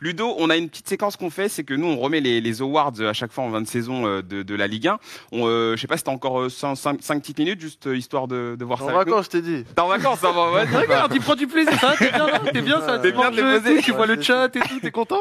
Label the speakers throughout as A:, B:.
A: Ludo, on a une petite séquence qu'on fait, c'est que nous, on remet les, les awards à chaque fois en 20 saisons euh, de, de la Ligue 1. On, euh, je sais pas si t'as encore 5, petites minutes, juste euh, histoire de, de voir
B: En
A: ça. avec nous.
B: vacances, je t'ai dit.
A: T'es en vacances, ça va, ouais, c'est pas-
C: Regarde, il prend du plaisir, ça va, t'es bien, là, t'es bien, ça va,
A: T'es
C: tu
A: bien
C: manges le
A: déposé.
C: truc, tu vois le chat et tout, t'es content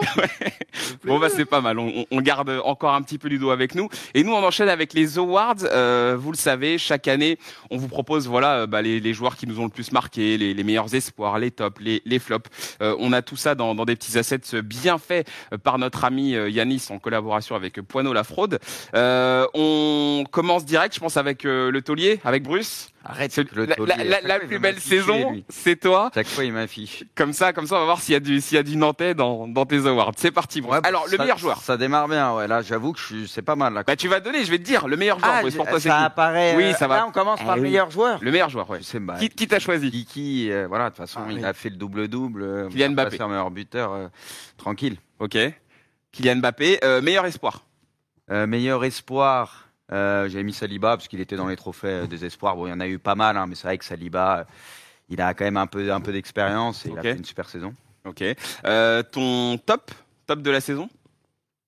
A: Bon bah c'est pas mal, on, on- on garde encore un petit peu Ludo avec nous. Et nous on enchaîne avec les awards. Euh, vous le savez, chaque année on vous propose voilà euh, bah, les, les joueurs qui nous ont le plus marqué, les, les meilleurs espoirs, les tops, les, les flops. Euh, on a tout ça dans, dans des petits assets bien faits euh, par notre ami euh, Yanis en collaboration avec Poineau la fraude. Euh, on commence direct, je pense avec euh, le taulier, avec Bruce.
D: Arrête,
A: C'est-
D: le
A: la-
D: taulier.
A: la-
D: À
A: la-
D: chaque
A: la
D: fois, il
A: plus
D: veut
A: belle
D: m'afficher,
A: saison,
D: lui.
A: c'est toi.
D: Chaque fois, il m'affiche.
A: Comme ça, comme ça, on va voir s'il y a du s'il y a du Nantais dans, dans tes awards. C'est parti. Bruce.
D: Ouais, bah,
A: Alors le
D: ça-
A: meilleur joueur.
D: Ça démarre bien, ouais. Là, j'avoue que je suis- c'est pas mal. Là.
A: Bah tu vas donner, je vais te dire, le meilleur joueur.
D: Ah,
A: Brice, pour
D: je-
A: toi, c'est
D: Ah, ça
A: qui
D: apparaît.
A: Oui,
D: euh,
A: ça va.
D: Là, on commence
A: Eh
D: par
A: oui.
D: le meilleur joueur.
A: Le meilleur joueur, ouais.
D: C'est bah,
A: Qui, qui t'a choisi
D: Kiki, euh, voilà, de toute façon,
A: Ah,
D: il
A: oui.
D: a fait le double-double. euh,
A: Kylian
D: meilleur
A: Mbappé.
D: passeur, meilleur buteur, euh, tranquille.
A: Ok. Kylian Mbappé, euh, meilleur espoir.
D: Euh, meilleur espoir, euh, j'avais mis Saliba parce qu'il était dans les trophées euh, des espoirs. Bon, il y en a eu pas mal, hein, mais c'est vrai que Saliba, euh, il a quand même un peu, un peu d'expérience et il a
A: Ok.
D: fait une super saison.
A: Ok. Euh, ton top, top de la saison.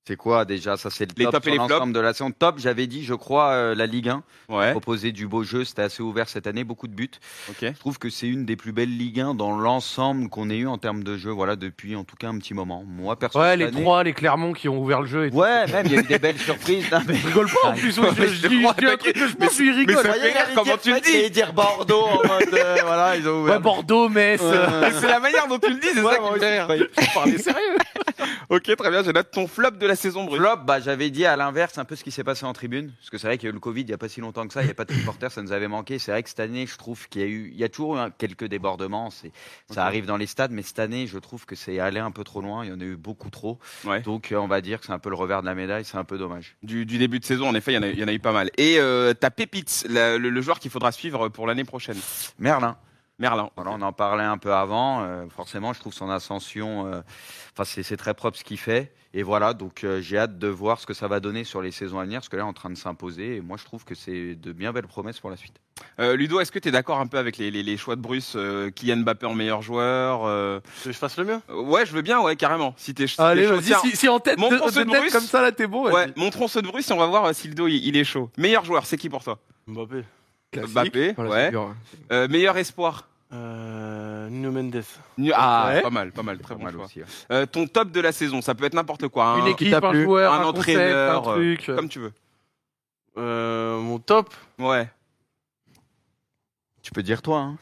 D: C'est quoi déjà Ça, c'est le
A: Les
D: top
A: tops et
D: sur
A: les flops.
D: l'ensemble de la saison. Top, j'avais dit, je crois, euh, la Ligue 1.
A: Ouais. Euh,
D: Proposer du beau jeu, c'était assez ouvert cette année, beaucoup de buts.
A: Oh, Ok.
D: Je trouve que c'est une des plus belles Ligue 1 dans l'ensemble qu'on ait eu en termes de jeu, voilà, depuis en tout cas un petit moment. Moi, personnellement.
C: Ouais, les
A: Bah,
C: trois, les Clermont qui ont ouvert le jeu et tout.
D: Ouais, même, il y a eu des belles surprises. Non, mais...
C: Je rigole pas en plus, ouais, je, je,
A: Je
C: dis-
A: crois,
C: je dis un
A: t'inquiète.
C: truc que je pense, lui, il
A: mais
C: rigole.
A: ça- fait rire comment tu le dis.
D: Et dire Bordeaux en mode. euh, voilà, ils ont ouvert.
C: Ouais, Bordeaux, Metz. euh,
A: c'est la manière dont tu le dis, c'est ça qui me fait rire.
C: Parlez sérieux.
A: Ok, très bien. Je note ton flop de la saison, Bruce.
D: Flop, bah, j'avais dit à l'inverse un peu ce qui s'est passé en tribune, parce que c'est vrai qu'il y a eu le Covid il n'y a pas si longtemps que ça, il n'y a pas de supporters, ça nous avait manqué. C'est vrai que cette année, je trouve qu'il y a eu, il y a toujours eu un- quelques débordements, c'est, ça
A: Ok.
D: arrive dans les stades, mais cette année, je trouve que c'est allé un peu trop loin, il y en a eu beaucoup trop.
A: Ouais.
D: Donc, euh, on va dire que c'est un peu le revers de la médaille, c'est un peu dommage.
A: Du, du début de saison, en effet, il y en a- il y, en a eu pas mal. Et euh, ta pépite, la- le, le joueur qu'il faudra suivre pour l'année prochaine.
D: Merlin,
A: Merlin.
D: voilà, on en parlait un peu avant, euh, forcément, je trouve son ascension, euh, enfin, c'est, c'est très propre ce qu'il fait, et voilà, donc euh, j'ai hâte de voir ce que ça va donner sur les saisons à venir, parce que là, il est en train de s'imposer, et moi, je trouve que c'est de bien belles promesses pour la suite.
A: Euh, Ludo, est-ce que tu es d'accord un peu avec les, les- les choix de Bruce euh, Kylian Mbappé en meilleur joueur euh,
B: Que je fasse le mieux.
A: Ouais, je veux bien, ouais, carrément. Si t'es si
C: Allez,
A: t'es chaud.
C: vas-y,
A: Tiens,
C: si, si en tête, de,
A: Mon Ponce
C: de
A: de
C: tête
A: Bruce.
C: comme ça, là, t'es bon.
A: Ouais, montrons ceux de Bruce et on va voir euh, si le dos il, il est chaud. Meilleur joueur, c'est qui pour toi
B: Mbappé.
C: Bah,
A: Mbappé, ouais.
C: hein.
A: Euh, meilleur espoir
B: Euh, Nuno Mendes.
A: Nu- Ah,
C: Ouais.
A: pas mal, pas mal, très bon
D: mal
A: choix.
D: aussi. hein. ouais.
A: Euh, ton top de la saison, ça peut être n'importe quoi. hein.
C: Une équipe,
E: t'a
C: un
E: plu,
C: joueur,
A: un
C: un, concept, un
A: entraîneur, euh,
C: truc.
A: Comme tu veux.
B: Euh, mon top.
A: Ouais.
D: Tu peux dire toi. Hein.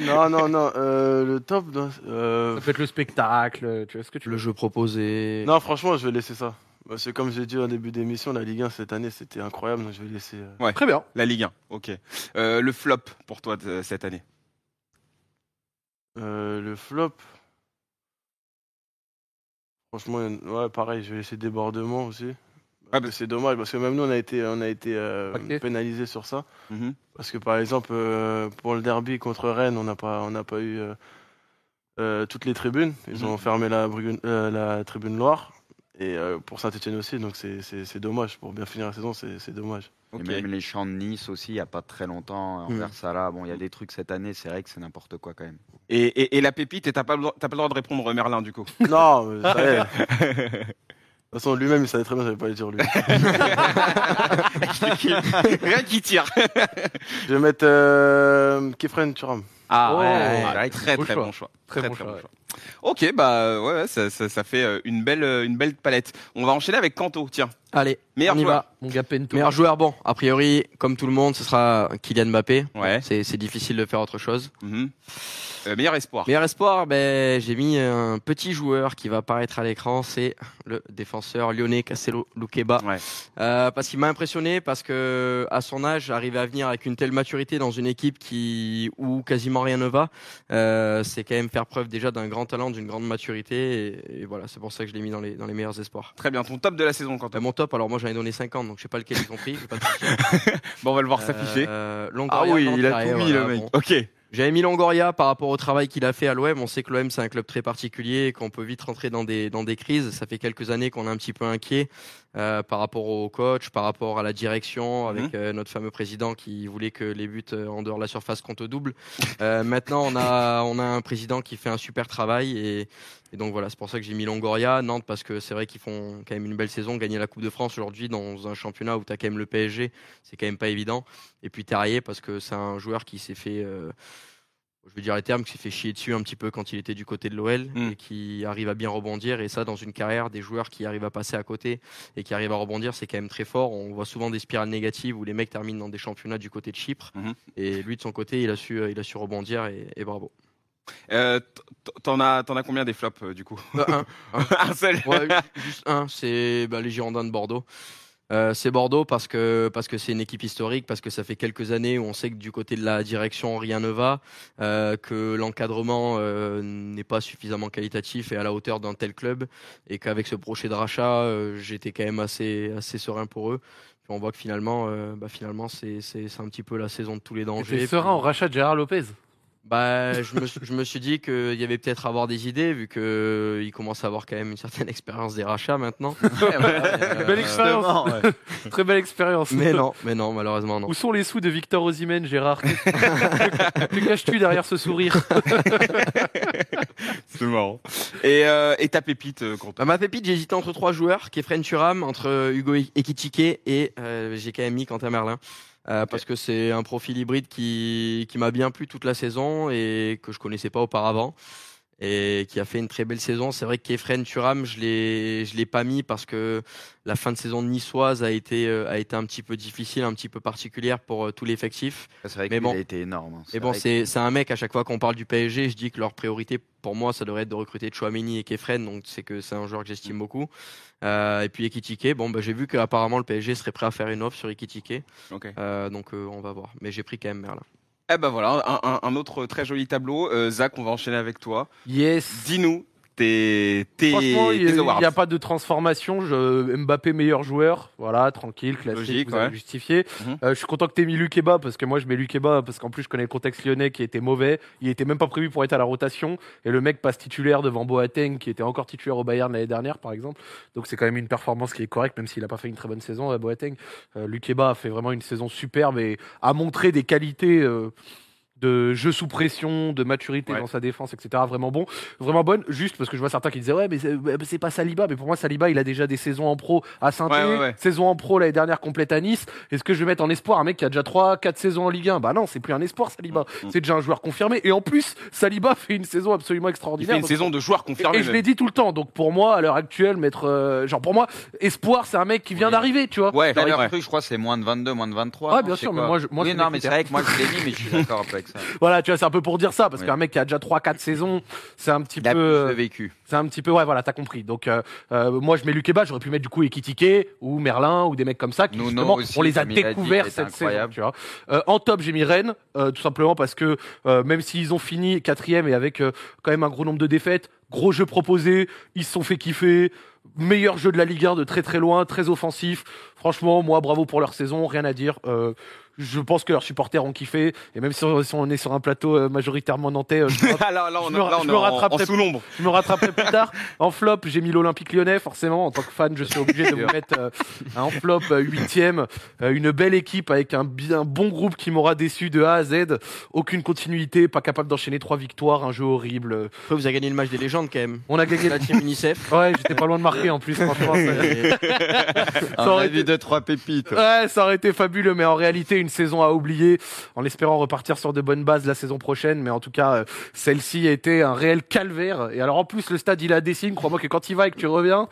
B: non, non, non. euh, le top. dans- euh,
C: Ça peut être le spectacle, tu vois ce que tu veux.
E: Le jeu proposé.
B: Non, franchement, je vais laisser ça. Parce que comme j'ai dit au début d'émission, la Ligue 1 cette année, c'était incroyable. Donc je vais laisser. euh,
C: Très bien.
A: La Ligue 1, ok. Euh, le flop pour toi de- cette année
B: Euh, le flop. Franchement, il y en- ouais, pareil, je vais laisser débordement aussi.
A: Ah, bah-
B: C'est dommage parce que même nous, on a été, on a été euh,
C: Ok.
B: pénalisés sur ça.
A: Mhm.
B: Parce que par exemple, euh, pour le derby contre Rennes, on n'a pas, on n'a pas eu euh, euh, toutes les tribunes. Ils ont fermé la, Brugun- euh, la tribune Loire. Et euh, pour Saint-Etienne aussi, donc c'est- c'est c'est dommage. Pour bien finir la saison, c'est c'est dommage.
A: Ok.
D: Et même les champs de Nice aussi, il n'y a pas très longtemps.
B: Mm.
D: Envers ça là, bon, il y a des trucs cette année, c'est vrai que c'est n'importe quoi quand même.
A: Et, et- et la pépite, et t'as pas, le droit- t'as pas le droit de répondre Merlin du coup.
B: non, mais ça y est. De toute façon, lui-même, il savait très bien, j'allais pas le dire lui.
A: Rien qui tire.
B: Je vais mettre euh, Kefren Turam.
A: Ah
C: Oh,
A: ouais,
C: ouais,
A: ouais,
D: ouais,
A: très
C: beau
A: très
C: choix.
A: bon choix.
C: Très bon choix,
A: Ok, bah ouais, ouais, ça, ça, ça fait euh, une belle, euh, une belle palette. On va enchaîner avec Kanto, tiens.
E: Allez,
A: Meilleur
E: on y
A: joueur.
E: va.
C: Mon gars Pento.
E: Meilleur joueur, bon, a priori, comme tout le monde, ce sera Kylian Mbappé.
A: Ouais.
E: C'est c'est difficile de faire autre chose.
A: Mhm. Euh, meilleur espoir.
E: Meilleur espoir, ben, j'ai mis un petit joueur qui va apparaître à l'écran, c'est le défenseur lyonnais Castello Luqueba.
A: Ouais.
E: Euh, parce qu'il m'a impressionné, parce que à son âge, arriver à venir avec une telle maturité dans une équipe qui où quasiment rien ne va, euh, c'est quand même faire preuve déjà d'un grand talent, d'une grande maturité. Et, et voilà, c'est pour ça que je l'ai mis dans les, dans les meilleurs espoirs.
A: Très bien, ton top de la saison, Kanto.
E: Euh, mon top, alors moi j'en ai donné 50, donc je sais pas lequel ils ont pris. je vais pas te mentir.
A: Bon, on va le voir s'afficher. Ah
E: Euh, Longoria, Gantaret, voilà, bon.
A: Ok.
E: J'avais mis Longoria par rapport au travail qu'il a fait à l'OM. On sait que l'OM c'est un club très particulier et qu'on peut vite rentrer dans des, dans des crises. Ça fait quelques années qu'on est un petit peu inquiet euh, par rapport au coach, par rapport à la direction, avec euh, notre fameux président qui voulait que les buts euh, en dehors de la surface comptent au double. Euh, maintenant on a, on a un président qui fait un super travail et, et donc voilà, c'est pour ça que j'ai mis Longoria, Nantes parce que c'est vrai qu'ils font quand même une belle saison. Gagner la Coupe de France aujourd'hui dans un championnat où tu as quand même le PSG, c'est quand même pas évident. Et puis Terrier parce que c'est un joueur qui s'est fait... euh, je veux dire les termes, qui s'est fait chier dessus un petit peu quand il était du côté de l'OL
A: Mm.
E: et qui arrive à bien rebondir. Et ça, dans une carrière, des joueurs qui arrivent à passer à côté et qui arrivent à rebondir, c'est quand même très fort. On voit souvent des spirales négatives où les mecs terminent dans des championnats du côté de Chypre.
A: Mhm.
E: Et lui, de son côté, il a su, euh, il a su rebondir et, et bravo.
A: Euh, t- t- T'en as, t'en as combien des flops euh, du coup
E: Un.
A: Un seul.
E: Ouais, juste un, c'est bah, les Girondins de Bordeaux. Euh, c'est Bordeaux parce que parce que c'est une équipe historique, parce que ça fait quelques années où on sait que du côté de la direction rien ne va, euh, que l'encadrement euh, n'est pas suffisamment qualitatif et à la hauteur d'un tel club, et qu'avec ce projet de rachat, euh, j'étais quand même assez assez serein pour eux. Puis on voit que finalement, euh, bah, finalement c'est c'est c'est un petit peu la saison de tous les dangers.
C: J'étais
E: Puis-
C: serein au rachat de Gérard Lopez.
E: bah, je me, suis- je me suis dit qu'il y avait peut-être à avoir des idées, vu qu'il commence à avoir quand même une certaine expérience des rachats maintenant. Euh,
C: Belle expérience. Très belle expérience.
E: mais non, mais non, malheureusement, non.
C: Où sont les sous de Victor Osimhen, Gérard Que caches-tu derrière ce sourire
A: C'est marrant. Et, euh, et ta pépite, euh, Quentin
E: Bah, ma pépite, j'hésitais entre trois joueurs, Kefren Turam, entre euh, Hugo Ekitike et euh, j'ai quand même mis Quentin Merlin. Euh, parce que c'est un profil hybride qui, qui m'a bien plu toute la saison et que je connaissais pas auparavant et qui a fait une très belle saison. C'est vrai que Kefren Turam, je l'ai je l'ai pas mis parce que la fin de saison niçoise a été euh, a été un petit peu difficile, un petit peu particulière pour euh, tout l'effectif.
D: C'est vrai
E: Mais
D: qu'il
E: bon.
D: a été énorme. hein.
E: Et bon,
D: vrai
E: c'est c'est un mec, à chaque fois qu'on parle du PSG, je dis que leur priorité, pour moi, ça devrait être de recruter Chouameni et Kefren, donc c'est que c'est un joueur que
A: Mm.
E: j'estime beaucoup. Euh, et puis Ekitike, bon, bah, j'ai vu qu'apparemment le PSG serait prêt à faire une offre sur Ekitike,
A: Ok.
E: euh, donc euh, on va voir. Mais j'ai pris quand même Merlin.
A: Eh ben voilà, un, un- un autre très joli tableau. Euh, Zach, on va enchaîner avec toi.
C: Yes.
A: Dis-nous tes tes
C: Franchement, il
A: tes
C: n'y a
A: awards.
C: pas de transformation. Je, Mbappé, meilleur joueur. Voilà, tranquille, classique,
A: Logique,
C: vous avez
A: ouais.
C: justifié.
A: Mhm.
C: Euh, je suis content que tu aies mis Lukeba parce que moi, je mets Lukeba parce qu'en plus, je connais le contexte lyonnais qui était mauvais. Il était même pas prévu pour être à la rotation. Et le mec passe titulaire devant Boateng qui était encore titulaire au Bayern l'année dernière, par exemple. Donc, c'est quand même une performance qui est correcte, même s'il n'a pas fait une très bonne saison à Boateng. Euh, Lukeba a fait vraiment une saison superbe et a montré des qualités. euh, de jeu sous pression, de maturité
A: Ouais.
C: dans sa défense, etc. Vraiment bon vraiment bonne, juste parce que je vois certains qui disaient ouais mais c'est- ouais, mais c'est pas Saliba, mais pour moi Saliba il a déjà des saisons en pro à saint
A: Ouais, ouais, ouais.
C: saison en pro l'année dernière complète à Nice. Est-ce que je vais mettre en espoir un mec qui a déjà 3 4 saisons en Ligue 1 Bah non, c'est plus un espoir Saliba,
A: Mm.
C: c'est déjà un joueur confirmé et en plus Saliba fait une saison absolument
A: Il
C: extraordinaire.
A: fait une
C: Donc,
A: saison de joueurs confirmés.
C: et je
A: même.
C: l'ai dit tout le temps, donc pour moi à l'heure actuelle mettre euh, genre pour moi espoir c'est un mec qui vient
D: Oui.
C: d'arriver, tu vois.
A: Ouais,
D: J'aurais
A: ouais.
D: cru, je crois, c'est moins de 22, moins de 23.
C: Ouais,
D: non,
C: bien
D: c'est
C: sûr, mais
D: quoi
C: moi, je- moi,
D: oui,
C: c'est
D: non,
C: mes
D: mais c'est
C: critères.
D: vrai que moi, je l'ai mis, mais je suis d'accord un peu avec ça.
C: Voilà, tu vois, c'est un peu pour dire ça parce
D: Oui.
C: qu'un mec qui a déjà 3 4 saisons, c'est un petit
D: Il a
C: peu
D: plus
C: euh,
D: de vécu.
C: C'est un petit peu, ouais, voilà, t'as compris. Donc, euh, euh, moi, je mets Lukeba, j'aurais pu mettre du coup Ekitike ou Merlin ou des mecs comme ça qui,
D: Nuno
C: justement,
D: aussi,
C: on les a
D: comme il a dit,
C: découverts
D: était
C: cette saison.
D: incroyable.
C: Tu vois. Euh, en top, j'ai mis Rennes, euh, tout simplement parce que euh, même s'ils ont fini quatrième et avec euh, quand même un gros nombre de défaites, gros jeu proposé, ils se sont fait kiffer. Meilleur jeu de la Ligue 1 de très très loin, très offensif. Franchement, moi, bravo pour leur saison, rien à dire. Euh, je pense que leurs supporters ont kiffé. Et même si on, si on est sur un plateau euh, majoritairement nantais, euh, je me
A: Ah, là, là, on,
C: Je
A: est-
C: me-
A: là, on
C: je
A: est
C: me
A: en- en,
C: rattraperai
A: sous l'ombre.
C: je me rattraperai plus tard. En flop, j'ai mis l'Olympique lyonnais, forcément. En tant que fan, je suis obligé de vous mettre euh, en flop euh, huitième. Euh, une belle équipe avec un, bi- un bon groupe qui m'aura déçu de A à Z. Aucune continuité, pas capable d'enchaîner trois victoires, un jeu horrible.
E: Après, vous avez gagné le match des légendes quand même.
C: On a gagné la
E: La team UNICEF.
C: Ouais, j'étais pas loin de marquer en plus, franchement. ça-
E: Et-
C: Ça aurait été-
D: 2-3 pépites.
C: Ouais, ça aurait été fabuleux, mais en réalité, une saison à oublier, en espérant repartir sur de bonnes bases la saison prochaine. Mais en tout cas, euh, celle-ci a été un réel calvaire. Et alors, en plus, le stade, il a des signes. Crois-moi que quand il va et que tu reviens,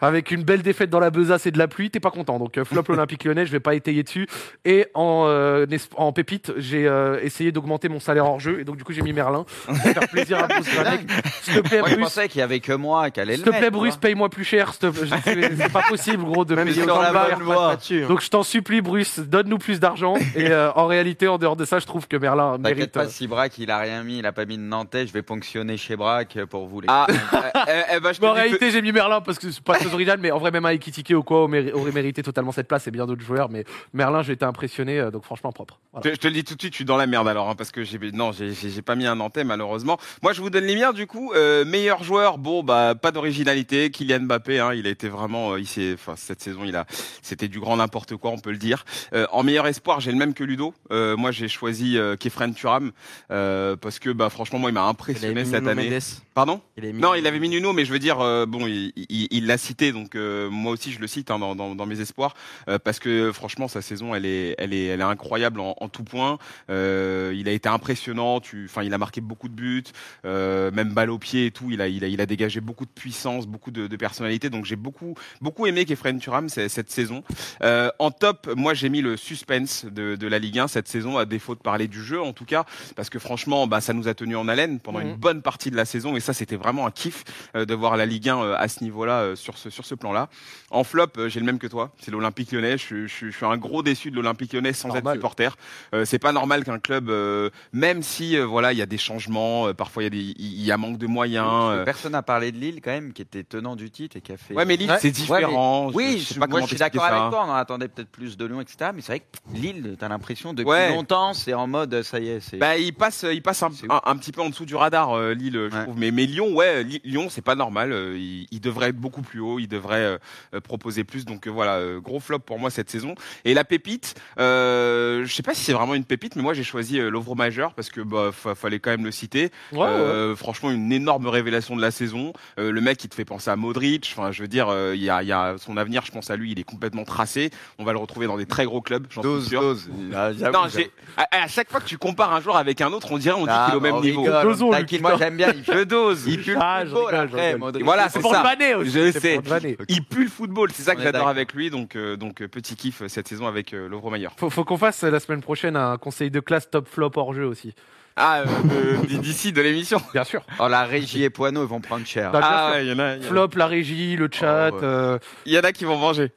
C: avec une belle défaite dans la besace et de la pluie, t'es pas content. Donc, euh, flop l'Olympique lyonnais, je vais pas étayer dessus. Et en, euh, esp- en pépite, j'ai euh, essayé d'augmenter mon salaire hors jeu. Et donc, du coup, j'ai mis Merlin. Pour faire plaisir à Bruce Granek. S'il te plaît,
D: Moi, je
C: Bruce.
D: pensais qu'il y avait que moi qui allait le
C: S'il te plaît,
D: mettre, tu
C: Bruce,
D: vois.
C: paye-moi plus cher. s'il te plaît. C'est c'est pas possible, gros, de
D: Même
C: payer
D: sur
C: autant
D: la
C: de balles.
D: bonne voie.
E: hein.
C: Donc je t'en supplie, Bruce, donne-nous plus d'argent. Et euh, en réalité, en dehors de ça, je trouve que Merlin
D: T'inquiète
C: mérite.
D: pas,
C: euh,
D: si Braque il a rien mis, il a pas mis de Nantais, je vais ponctionner chez Braque pour vous les.
A: Ah, euh, eh, eh ben, je
C: Mais en
A: te dis que-
C: réalité, j'ai mis Merlin parce que c'est pas chose originale, mais en vrai, même un Ekitike ou quoi aurait aurait mérité totalement cette place et bien d'autres joueurs. Mais Merlin, j'ai été impressionné, euh, donc franchement propre. Voilà.
A: Je, je te le dis tout de suite, je suis dans la merde alors, hein, parce que j'ai non, j'ai- j'ai j'ai pas mis un Nantais malheureusement. Moi, je vous donne les miens du coup. Euh, meilleur joueur, bon bah pas d'originalité, Kylian Mbappé, hein, il a été vraiment, euh, il s'est- enfin cette saison, il a, c'était du grand n'importe quoi, on peut le dire. Euh, en meilleur espoir, j'ai le même que Ludo. Euh, moi, j'ai choisi euh, Kefren Turam euh, parce que bah franchement, moi, il m'a
E: Il avait
A: impressionné
E: mis
A: cette
E: Nuno
A: année.
E: Mendes.
A: Pardon.
E: Il avait mis-
A: Non, il avait mis Nuno, mais je veux dire, euh, bon, il il- il l'a cité, donc euh, moi aussi je le cite hein, dans, dans, dans mes espoirs, euh, parce que franchement sa saison, elle est, elle est, elle est incroyable en, en tout point. Euh, il a été impressionnant, tu, enfin, il a marqué beaucoup de buts, euh, même balle au pied et tout. Il a, il a, il a dégagé beaucoup de puissance, beaucoup de, de personnalité. Donc j'ai beaucoup, beaucoup aimé Kefren Turam c- cette saison. Euh, en top, moi j'ai mis le suspense de, de la Ligue 1 cette saison, à défaut de parler du jeu en tout cas, parce que franchement, bah, ça nous a tenu en haleine pendant
C: Mhm.
A: une bonne partie de la saison, et ça c'était vraiment un kiff euh, de voir la Ligue 1 euh, à ce niveau-là, euh, sur ce, sur ce plan-là. En flop, euh, j'ai le même que toi, c'est l'Olympique lyonnais, je, je- je suis un gros déçu de l'Olympique lyonnais sans
C: Normal.
A: être supporter. Euh, c'est pas normal qu'un club, euh, même si euh, voilà, il y a des changements, euh, parfois il y, a des- il y a manque de moyens. euh,
D: Personne n'a parlé de Lille quand même, qui était tenant du titre et qui a fait.
A: Ouais, mais Lille,
C: Ouais.
A: c'est différent.
D: Oui,
A: je sais
D: je-
A: pas
D: moi
A: comment
D: je suis
A: t'expliquer
D: d'accord
A: ça.
D: avec toi, on en attendait peut-être plus de Lyon, etc. Mais c'est vrai que Lille, t'as l'impression depuis
A: Ouais.
D: longtemps, c'est en mode ça y est, c'est.
A: Bah, il passe, il passe un,
D: C'est
A: un, un petit peu en dessous du radar, euh, Lille, je
D: Ouais.
A: trouve. Mais, mais Lyon, ouais, Li- Lyon, c'est pas normal. euh, il, il devrait être beaucoup plus haut, il devrait euh, euh, proposer plus. Donc euh, voilà, euh, gros flop pour moi cette saison. Et la pépite, euh, je sais pas si c'est vraiment une pépite, mais moi j'ai choisi euh, Lovro Majeur parce que bah fa- fallait quand même le citer.
C: Ouais, ouais.
A: Euh, Franchement, une énorme révélation de la saison. Euh, le mec, il te fait penser à Modric. Enfin, je veux dire, euh, il y, a, il y a son avenir, je pense à lui, il est complètement tracé. On va le retrouver dans des très gros clubs. j'en suis
D: dose,
A: sûr.
D: dose. Ah, j'avoue,
A: Non,
D: j'avoue.
A: j'ai- à, à chaque fois que tu compares un joueur avec un autre, on dirait on dit
D: Ah,
A: qu'il est au
D: bah,
A: même
D: on
A: niveau.
D: rigole,
C: Dozon, lui,
D: T'inquiète, moi
C: putain.
D: j'aime bien. Il
A: Je
D: pue,
A: dose.
D: il pue
C: Ah,
D: le
C: je
D: football
C: rigole, je
D: après.
C: rigole.
D: Modric.
A: Voilà,
C: C'est
A: c'est
C: pour le
A: ça.
C: vanner aussi.
A: Je
C: c'est
A: sais.
C: pour le vanner.
A: Il pue le football, c'est ça que
D: On est
A: j'adore
D: d'accord.
A: avec lui. Donc, euh, donc euh, petit kiff euh, cette saison avec euh, Lovro Mayer.
C: Faut, faut qu'on fasse euh, la semaine prochaine un conseil de classe top flop hors jeu aussi.
A: Ah, euh, de- d'ici de l'émission.
C: Bien sûr.
D: Oh, la régie et Poineau, ils vont prendre cher.
C: Bah, bien
A: Ah,
C: sûr.
A: ouais, il y en a. il y en a-
C: Flop, la régie, le chat,
D: Oh, ouais.
C: euh,
A: Il y en a qui vont manger.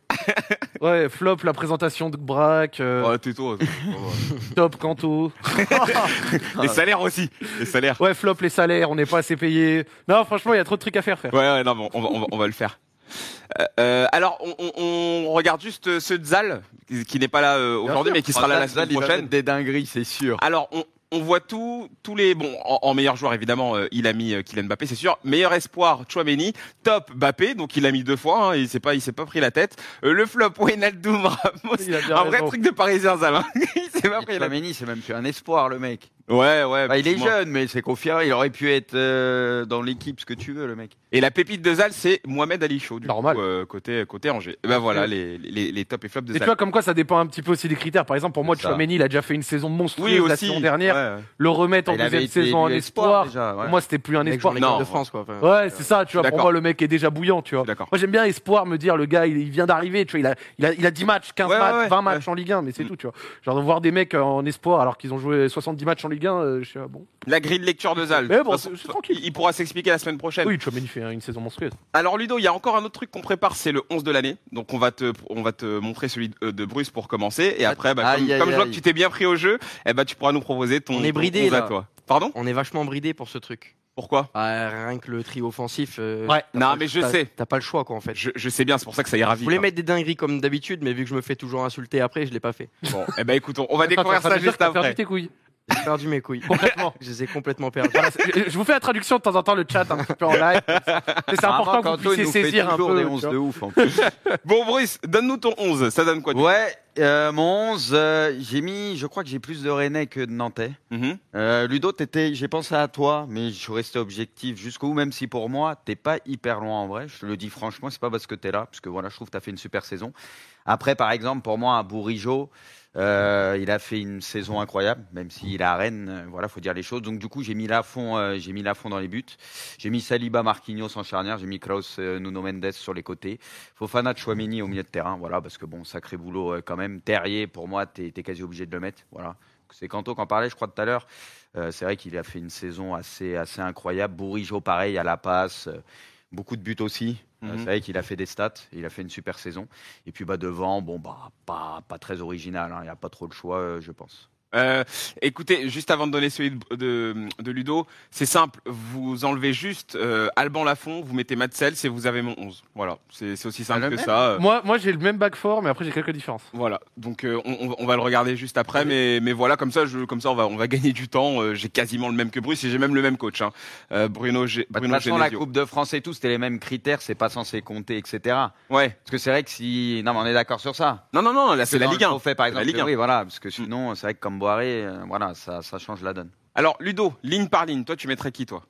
C: ouais, flop, la présentation de Braque, euh,
A: Oh, t'es toi. toi.
C: top Canto.
D: Ah.
A: Les salaires aussi. Les salaires.
C: Ouais, flop, les salaires, on n'est pas assez payé. Non, franchement, il y a trop de trucs à faire, frère.
A: Ouais, ouais, non, bon, on va, on va, on va le faire. Euh, euh, alors, on, on- on regarde juste euh, ceux de Zal, qui, qui n'est pas là euh, aujourd'hui,
D: sûr.
A: mais qui sera
D: Oh,
A: là la
D: Zazal,
A: semaine
D: il va
A: prochaine.
D: mettre Des dingueries, c'est sûr.
A: Alors, on, on voit tout, tous les bons en, en meilleur joueur évidemment, euh, il a mis euh, Kylian Mbappé, c'est sûr. Meilleur espoir, Chouameni. Top Mbappé, donc il a mis deux fois. hein, il s'est pas, il s'est pas pris la tête. Euh, le flop, Wijnaldum, Ramos.
C: Il a bien
A: Un vrai
C: raison.
A: truc de Parisien, ça. Hein. il s'est pas pris la tête.
D: Tchouaméni, c'est même plus un espoir, le mec.
A: Ouais, ouais.
D: Bah, il est
A: effectivement.
D: jeune, mais c'est confirmé. Il aurait pu être euh, dans l'équipe, ce que tu veux, le mec.
A: Et la pépite de Zal, c'est Mohamed Ali Chaud, du
C: Normal.
A: coup, euh, côté côté Angers. Et ben voilà les les, les tops et flops de
C: Et tu
A: Zal.
C: vois, comme quoi, ça dépend un petit peu aussi des critères. Par exemple, pour moi,
D: C'est ça.
C: Chouameni, il a déjà fait une saison monstrueuse la saison dernière.
A: Ouais.
C: Le remettre en
D: Il avait
C: deuxième
D: été
C: saison en
D: élu
C: espoir,
D: déjà, ouais.
C: pour moi, c'était plus un
E: Mec
C: espoir.
E: joueur de l'équipe
A: Non.
E: de France, quoi. Enfin,
C: Ouais, c'est ça, tu vois.
A: suis
C: Pour moi, le mec est déjà bouillant, tu vois.
A: suis d'accord.
C: Moi, j'aime bien espoir, me dire, le gars, il, il vient d'arriver, tu vois. Il a, il, a, il a 10 matchs, 15
A: Ouais, ouais,
C: matchs,
A: ouais, Mm.
C: 20 matchs en Ligue 1, mais c'est tout, tu vois. Genre, de voir des mecs euh, en espoir alors qu'ils ont joué 70 matchs en Ligue 1, euh, je sais pas, bon.
A: La grille de lecture de Zal.
C: Mais bon,
A: De toute façon,
C: c'est- c'est tranquille.
A: Il pourra s'expliquer la semaine prochaine.
C: Oui, Chouameni fait hein, une saison monstrueuse.
A: Alors Ludo, il y a encore un autre truc qu'on prépare, c'est le 11 de l'année. Donc on va te on va te montrer celui de, euh, de Bruce pour commencer et après bah, comme,
D: Aïe, aïe,
A: comme je vois
D: aïe.
A: que tu t'es bien pris au jeu, eh ben tu pourras nous proposer ton
E: On est
A: ton
E: bridés,
A: 11 à
E: là.
A: toi. Pardon
E: On est vachement bridé pour ce truc.
A: Pourquoi
E: Ah, rien que le trio offensif. euh,
C: Ouais.
E: t'as
A: Non,
E: pas-
A: mais je
E: t'as-
A: sais.
E: T'as pas le choix, quoi, en fait.
A: je, je sais bien, c'est pour ça que ça ira
E: Je
A: vite.
E: voulais
A: hein.
E: mettre des dingueries comme d'habitude, mais vu que je me fais toujours insulter après, je l'ai pas fait.
A: Bon, eh ben écoute, on, on va
C: Attends,
A: découvrir
C: t'es en train
A: ça
C: de dire
A: juste
C: que t'as
A: après.
C: perdu tes couilles.
E: J'ai perdu mes couilles.
C: Concrètement.
E: Je les ai complètement perdues.
C: je, je vous fais la traduction de temps en temps, le chat, un petit peu en live. Mais c'est important que
D: Apparemment,
C: vous
D: Canto, il
C: puissiez
D: nous fait
C: saisir un
D: toujours
C: peu.
D: des
C: tu
D: 11
C: vois.
D: de ouf, en plus.
A: Bon Bruce, donne-nous ton 11, ça donne quoi du
D: ouais, euh, mon 11, euh, j'ai mis, je crois que j'ai plus de Rennais que de Nantais.
A: coup Mhm.
D: Euh, Ludo, t'étais- j'ai pensé à toi, mais je suis resté objectif jusqu'au bout, même si pour moi, t'es pas hyper loin en vrai. Je te le dis franchement, c'est pas parce que t'es là, parce que voilà, je trouve que t'as fait une super saison. Après, par exemple, pour moi, à Bourigeau, euh, il a fait une saison incroyable, même s'il est à Rennes, euh, voilà, faut dire les choses. Donc du coup, j'ai mis Lafond, euh, j'ai mis Lafond dans les buts. J'ai mis Saliba, Marquinhos en charnière, j'ai mis Klaus euh, Nuno Mendes sur les côtés. Fofana, Chouameni au milieu de terrain, voilà, parce que bon, sacré boulot euh, quand même. Terrier, pour moi, t'es t'es quasi obligé de le mettre, voilà. C'est Kanto qui en parlait, je crois, tout à l'heure. Euh, c'est vrai qu'il a fait une saison assez, assez incroyable. Bourigeau, pareil, à la passe. euh, Beaucoup de buts aussi. Euh,
A: Mhm.
D: C'est vrai qu'il a fait des stats. Il a fait une super saison. Et puis bah, devant, bon, bah, pas, pas très original. hein. Il n'y a pas trop de choix, euh, je pense.
A: Euh, écoutez, juste avant de donner celui de, de, de Ludo, c'est simple, vous enlevez juste euh, Alban Lafont, vous mettez Matsels et vous avez mon 11. Voilà, c'est c'est aussi simple
D: Ah, le
A: que
D: même
A: ça. euh,
C: Moi, moi j'ai le même back four, mais après j'ai quelques différences.
A: Voilà, donc euh, on, on- on va le regarder juste après, mais, mais voilà, comme ça, je, comme ça on, va, on va gagner du temps. euh, j'ai quasiment le même que Bruce et j'ai même le même coach, hein. Euh, Bruno, G-
D: Bah, de toute
A: Bruno
D: façon, la
A: Genesio.
D: Coupe de France et tout, c'était les mêmes critères, c'est pas censé compter, etc. Parce
A: Ouais,
D: que c'est vrai que si. Non, mais on est d'accord sur ça.
A: non, non, non, là c'est la Ligue 1.
D: Fait, par
A: la
D: exemple.
A: Ligue Mm. 1.
D: Oui, voilà, parce que sinon, c'est vrai que comme Boiré, euh, voilà, ça, ça change la donne.
A: Alors Ludo, ligne par ligne, toi tu mettrais qui toi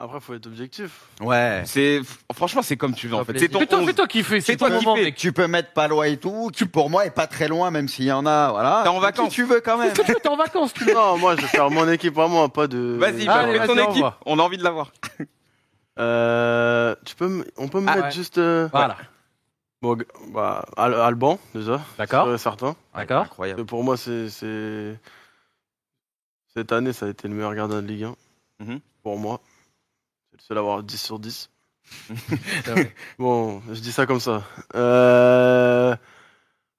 B: Après, faut être objectif.
D: Ouais.
A: C'est Franchement, c'est comme tu veux en fait.
E: Rappelez-
A: C'est ton
C: Fais-toi
A: 11.
C: fais-toi kiffer,
A: C'est
C: c'est
A: toi
C: ton
A: qui
C: moment,
A: fais.
C: mec.
D: Tu peux mettre pas loin et tout, qui pour moi est pas très loin, même s'il y en a, voilà.
A: T'es en
D: Qui
A: vacances.
D: tu veux quand même.
C: Qu'est-ce que tu fais T'es en vacances, tu
B: non, moi, je vais faire mon équipe à moi, pas de.
A: Vas-y,
C: Ah,
A: bah,
C: allez,
A: fais ton
C: vas-y, au
A: équipe,
C: revoir.
A: on a envie de la voir.
B: Euh, tu peux me- On peut me
C: Ah,
B: mettre
C: ouais.
B: juste. euh,
C: Voilà,
B: Bon, g- bah, Al- Alban, déjà.
C: d'accord.
B: Ouais, certain.
C: D'accord.
D: Incroyable.
B: Euh, Pour moi, c'est, c'est- Cette année, ça a été le meilleur gardien de Ligue 1.
A: Mhm.
B: Pour moi. C'est le seul à avoir 10 sur 10.
C: vrai.
B: bon, je dis ça comme ça. Euh,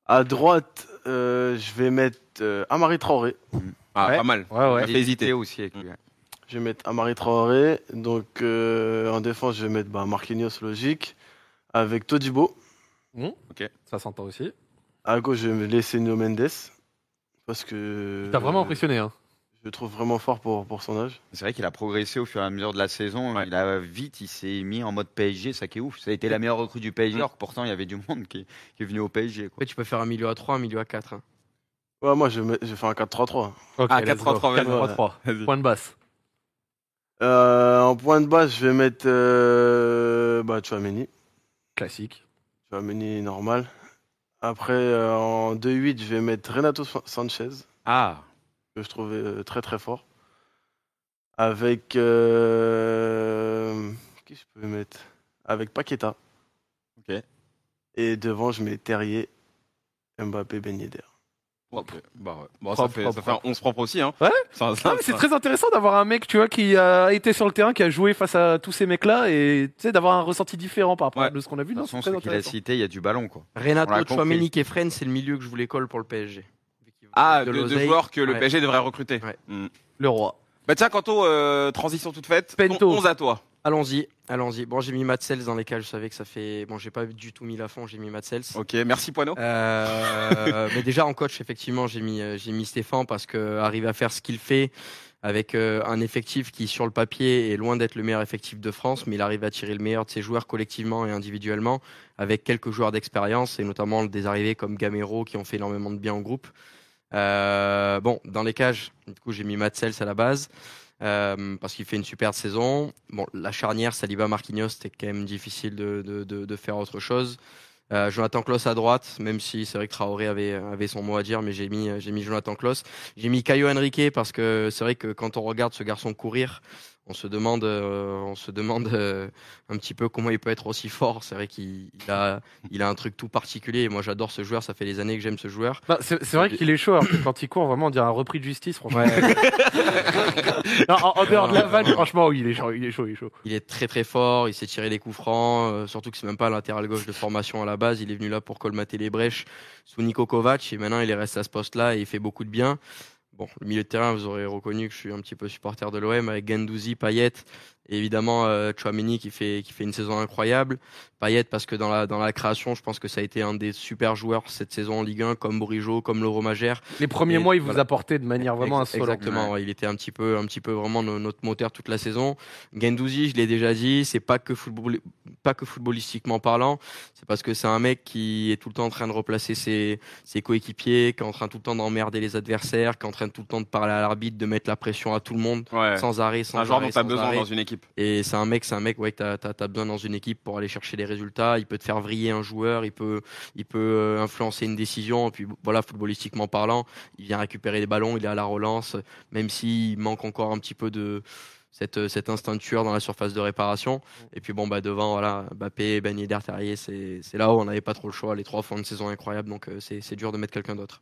B: À droite, euh, je vais mettre euh, Amari Traoré.
A: Ah,
C: Ouais.
A: pas mal.
C: Ouais, ouais.
A: T'as fait hésiter. Mm.
D: aussi avec lui. ouais.
B: Je vais mettre Amari Traoré. Donc, euh, en défense, je vais mettre bah, Marquinhos, logique. Avec Todibo.
C: Ça s'entend aussi.
B: À gauche, je vais laisser Nuno Mendes. Parce que.
D: Euh,
C: T'as vraiment impressionné, hein.
B: Je le trouve vraiment fort pour, pour son âge.
D: C'est vrai qu'il a progressé au fur et à mesure de la saison. Il a vite, il s'est mis en mode PSG, ça qui est ouf. Ça a été la meilleure recrue du
A: Mm.
D: PSG, alors que pourtant il y avait du monde qui, qui est venu au PSG. Quoi.
E: Après, tu peux faire un milieu à 3, un milieu à 4. hein.
B: Ouais, moi, je vais, mettre- je vais faire un 4-3-3.
C: Ok,
A: Ah,
C: let's
A: 4-3-3,
C: go.
A: vas-y.
C: 4-3-3.
A: Vas-y.
C: Point de basse.
B: Euh, en point de base, je vais mettre euh, bah, Chouameni.
C: Classique.
B: Chouameni normal. Après, euh, en 2-8, je vais mettre Renato Sa- Sanchez,
A: Ah,
B: que je trouvais euh, très très fort. Avec. euh, qui je peux mettre Avec Paqueta.
A: Ok.
B: Et devant, je mets Terrier, Mbappé, Ben Yedder.
A: propre. Bah, ouais. bon,
C: Propre,
A: ça fait,
C: propre,
A: ça fait un 11 propre aussi. Hein.
C: Ouais.
A: Ça- ça-
C: Non, mais c'est
A: ça-
C: très intéressant d'avoir un mec, tu vois, qui a été sur le terrain, qui a joué face à tous ces mecs-là, et tu sais, d'avoir un ressenti différent par rapport à
A: Ouais.
C: de ce qu'on a vu.
D: De
C: Non,
D: toute
C: c'est
D: façon,
C: très
D: ce qu'il a
C: intéressant.
D: cité, il y a du ballon. Quoi. On l'a
E: Renato
D: compris.
E: Chouameni et Fren, c'est le milieu que je voulais coller pour le PSG.
A: Ah, de, de
E: l'oseille.
A: joueurs que le
E: Ouais.
A: PSG devrait recruter.
E: Ouais.
A: Hmm.
C: Le roi.
A: Bah tiens, Kanto, euh, transition toute faite.
C: Pento.
A: Ton 11 à toi.
E: Allons-y, allons-y. Bon, j'ai mis Matsels dans les cas, je savais que ça fait. Bon, j'ai pas du tout mis la fond, j'ai mis Matsels.
A: Ok, merci Poino.
E: Euh, mais déjà en coach, effectivement, j'ai mis euh, j'ai mis Stéphane parce que arrive à faire ce qu'il fait avec euh, un effectif qui sur le papier est loin d'être le meilleur effectif de France, mais il arrive à tirer le meilleur de ses joueurs collectivement et individuellement avec quelques joueurs d'expérience et notamment des arrivées comme Gamero qui ont fait énormément de bien en groupe. Euh, bon, dans les cages, du coup, j'ai mis Matsels à la base. euh, parce qu'il fait une superbe saison. Bon, la charnière, Saliba Marquinhos, c'était quand même difficile de, de, de, de faire autre chose. Euh, Jonathan Kloss à droite, même si c'est vrai que Traoré avait, avait son mot à dire, mais j'ai mis, euh, j'ai mis Jonathan Kloss. J'ai mis Caio Henrique parce que c'est vrai que quand on regarde ce garçon courir, on se demande, euh, on se demande euh, un petit peu comment il peut être aussi fort. C'est vrai qu'il il a, il a un truc tout particulier. Et moi, j'adore ce joueur. Ça fait des années que j'aime ce joueur.
C: Bah, c'est c'est vrai qu'il est chaud, alors que quand il court, vraiment, on dirait un repris de justice, franchement. Non, en, en dehors de la vanne, franchement, oui, il est chaud, il est chaud, il est chaud.
E: Il est très très fort, il sait tirer les coups francs, euh, surtout que c'est même pas un latéral gauche de formation à la base, il est venu là pour colmater les brèches sous Niko Kovac et maintenant il est resté à ce poste-là et il fait beaucoup de bien. Bon, le milieu de terrain, vous aurez reconnu que je suis un petit peu supporter de l'OM avec Gendouzi, Payet et évidemment euh, Chouameni qui fait qui fait une saison incroyable. Payet parce que dans la dans la création, je pense que ça a été un des super joueurs cette saison en Ligue 1 comme Bourigeau, comme Laurent Magère.
C: Les premiers
E: Et
C: mois, il vous
E: voilà.
C: apportait de manière vraiment
E: Ex-
C: insolente.
E: Exactement, ouais, il était un petit peu, un petit peu vraiment no- notre moteur toute la saison. Gendouzi, je l'ai déjà dit, c'est pas que football, pas que footballistiquement parlant, c'est parce que c'est un mec qui est tout le temps en train de replacer ses, ses coéquipiers, qui est en train tout le temps d'emmerder les adversaires, qui est en train tout le temps de parler à l'arbitre, de mettre la pression à tout le monde.
A: Ouais.
E: Sans arrêt, sans
A: Un joueur
E: arrêt,
A: dont t'as
E: sans
A: besoin
E: arrêt.
A: dans une équipe.
E: Et c'est un mec, c'est un mec, ouais, que t'as, t'as, t'as besoin dans une équipe pour aller chercher les résultats. Il peut te faire vriller un joueur, il peut, il peut euh, influencer une décision. Et puis voilà, footballistiquement parlant, il vient récupérer les ballons, il est à la relance, même s'il manque encore un petit peu de, cette, euh, cet instinct de tueur dans la surface de réparation. Et puis bon, bah, devant, voilà, Mbappé, Ben Yedder, Terrier, c'est c'est là où on n'avait pas trop le choix. Les trois font une saison incroyable, donc euh, c'est c'est dur de mettre quelqu'un d'autre.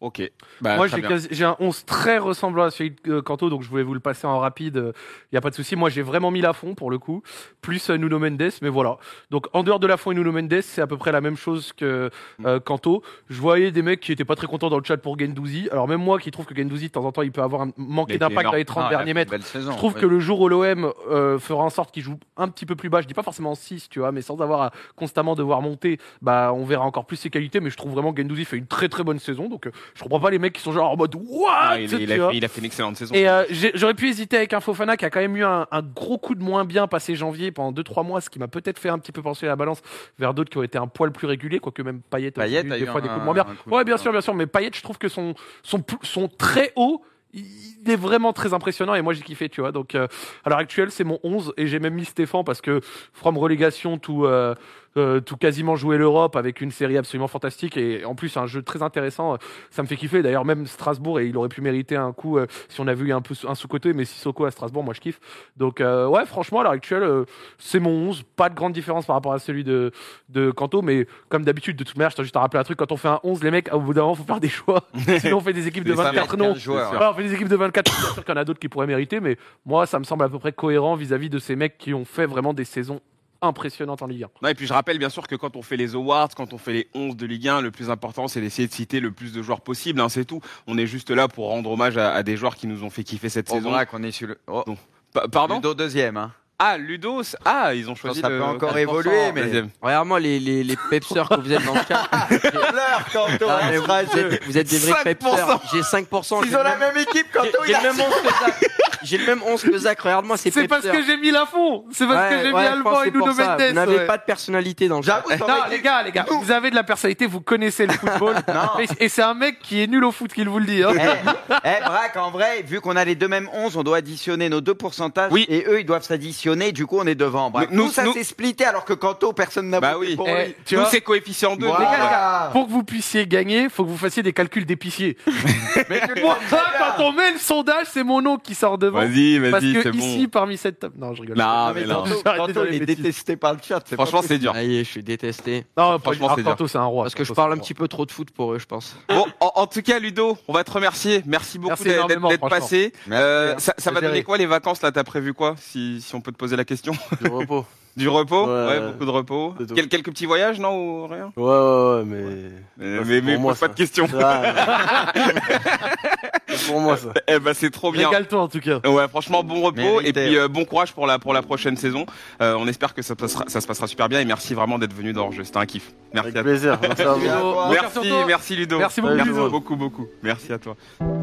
A: Ok. Bah,
C: Moi,
A: très
C: j'ai
A: bien.
C: quasi- j'ai un 11 très ressemblant à celui de euh, Kanto, donc je voulais vous le passer en rapide. Il n'y a pas de souci. Moi, j'ai vraiment mis la fond pour le coup, plus euh, Nuno Mendes, mais voilà. Donc, en dehors de la fond et Nuno Mendes, c'est à peu près la même chose que
A: Mm.
C: euh, Kanto. Je voyais des mecs qui étaient pas très contents dans le chat pour Gendouzi. Alors, même moi qui trouve que Gendouzi, de temps en temps, il peut avoir un-
A: Mais
C: manqué
A: il est
C: d'impact dans
A: énorme.
C: les 30
D: Ah, il a fait
C: derniers
D: une
C: mètres.
D: belle saison,
C: Je trouve
D: oui.
C: que le jour où l'OM euh, fera en sorte qu'il joue un petit peu plus bas, je dis pas forcément 6, tu vois, mais sans avoir à constamment devoir monter, bah on verra encore plus ses qualités. Mais je trouve vraiment que Gendouzi fait une très très bonne saison, donc euh, je comprends pas les mecs qui sont genre en mode What
A: Ah, il, il
C: Tu
A: a,
C: vois
A: fait- il a fait une excellente saison.
C: et euh, j'ai- j'aurais pu hésiter avec un Fofana qui a quand même eu un, un gros coup de moins bien passé janvier pendant 2-3 mois, ce qui m'a peut-être fait un petit peu penser à la balance vers d'autres qui ont été un poil plus réguliers, quoique même Payet, a
D: Payet
C: eu
D: a
C: des
D: eu
C: fois
D: un-
C: des coups de moins bien.
D: un coup de-
C: Ouais, bien sûr, bien sûr, mais Payet, je trouve que son, son, pl- son très haut, il est vraiment très impressionnant et moi j'ai kiffé, tu vois. Donc, euh, à l'heure actuelle, c'est mon 11 et j'ai même mis Stéphane parce que From Relégation, tout, euh, euh, tout quasiment jouer l'Europe avec une série absolument fantastique et en plus un jeu très intéressant, euh, ça me fait kiffer. D'ailleurs, même Strasbourg, et il aurait pu mériter un coup euh, si on avait eu un peu un sous-côté, mais Sissoko à Strasbourg, moi je kiffe. Donc, euh, ouais, franchement, à l'heure actuelle, euh, c'est mon 11. Pas de grande différence par rapport à celui de, de Kanto, mais comme d'habitude, de toute manière, je tiens juste à rappeler un truc. Quand on fait un 11, les mecs, au bout d'un moment, faut faire des choix. Sinon, on fait des équipes de
D: Les
C: 24 noms.
D: 15 joueurs.
C: Ouais, on fait des équipes de 24, bien sûr qu'il y en a d'autres qui pourraient mériter, mais moi, ça me semble à peu près cohérent vis-à-vis de ces mecs qui ont fait vraiment des saisons impressionnantes en Ligue 1.
A: Non, et puis je rappelle bien sûr que quand on fait les awards, quand on fait les 11 de Ligue 1, le plus important c'est d'essayer de citer le plus de joueurs possible, hein, c'est tout. On est juste là pour rendre hommage à, à des joueurs qui nous ont fait kiffer cette
D: On
A: saison.
D: verra qu'on est sur le. Oh,
A: Pa- pardon
D: Ludo deuxième. hein.
A: Ah, Ludos Ah, ils ont choisi
D: Ça
A: le
D: peut encore
A: 4%.
D: évoluer, mais-
A: Vas-y.
E: Regarde-moi les, les, les pepseurs que vous êtes dans le chat. Ah, mais vous, vous êtes, vous êtes des vrais
A: 5%.
E: pepseurs. J'ai 5%.
D: Ils
E: j'ai
D: hein, ont
E: le
D: la
E: même-
D: même équipe quand
A: Oh,
E: j'ai- J'ai le même 11 que Zach. J'ai le même 11 que Zach. Regarde-moi, c'est
C: C'est parce que j'ai mis la fond. C'est parce que j'ai mis Alban et Nuno
E: Vous
C: Mendes.
E: n'avez
C: ouais.
E: pas de personnalité dans le chat.
D: J'avoue, ça
C: Non,
D: aurait été-
C: les gars, les gars, vous avez de la personnalité, vous connaissez le football. Mais- Et c'est un mec qui est nul au foot qu'il vous le dit. hein.
D: Eh, eh, Braque, en vrai, vu qu'on a les deux mêmes 11, on doit additionner nos deux pourcentages.
A: Oui.
D: Et eux, ils doivent s'additionner. Du coup, on est devant. Braque.
A: Nous-
D: Nous, ça
A: nous-
D: s'est splitté alors que Kanto, personne n'a
A: Bah
D: voté
A: oui.
D: pour
C: Eh,
D: lui.
C: tu
A: Nous
C: vois,
A: c'est coefficient 2.
C: les gars, les
D: Voilà.
C: Pour que vous puissiez gagner, faut que vous fassiez des calculs d'épicier. Moi, quand on met le sondage, c'est mon nom qui sort devant.
A: Vas-y,
C: Parce
A: vas-y,
C: que
A: c'est
C: ici,
A: bon.
C: parmi cette table. Non, je rigole.
A: Non, mais
D: Mais
A: non.
D: Kanto,
C: J'ai arrêté
D: Kanto,
C: les
D: il est
C: bêtises.
D: détesté par le chat. c'est pas
A: Franchement, c'est dur.
E: Ça y est, je suis détesté.
C: Non,
A: Franchement,
C: franchement,
A: c'est
C: Arcanto, Oh, c'est un roi.
E: Parce que je
C: Arcanto,
E: parle
C: c'est
E: un petit peu trop de foot pour eux, je pense.
A: Bon, en, en tout cas, Ludo, on va te remercier. Merci beaucoup
C: Merci
A: d'être- d'être
C: énormément,
A: d'être
C: franchement.
A: passé.
D: Merci,
A: Euh,
D: hein.
A: ça, ça va
B: Plaisir.
A: donner quoi les vacances là T'as prévu quoi si, si on peut te poser la question
B: du repos.
A: Du repos
B: Ouais,
A: ouais,
B: ouais.
A: beaucoup de repos.
B: C'est tout.
A: Quel- quelques petits voyages, non ou rien
B: Ouais, ouais, ouais,
A: Mais,
B: mais. Ouais,
A: mais,
B: Bah, c'est
A: mais
B: pour moi,
A: pose pas
B: ça.
A: de questions.
B: Ah, ouais. C'est pour moi, ça.
A: Eh ben, c'est trop
C: bon.
A: bien.
C: Régale-toi en tout cas.
A: Ouais, franchement, bon repos
D: Mérité,
A: et puis
B: hein.
A: euh, bon courage pour la pour la prochaine saison. Euh, on espère que ça, passera- ça se passera super bien et merci vraiment d'être venu dans le jeu. C'était un kiff. Merci
B: Avec
A: à
B: plaisir. Merci à vous.
C: Ludo, bon cœur sur
A: Merci,
C: toi.
A: merci Ludo.
C: Merci
B: beaucoup,
A: merci
B: Ludo.
A: beaucoup, beaucoup. Merci à toi.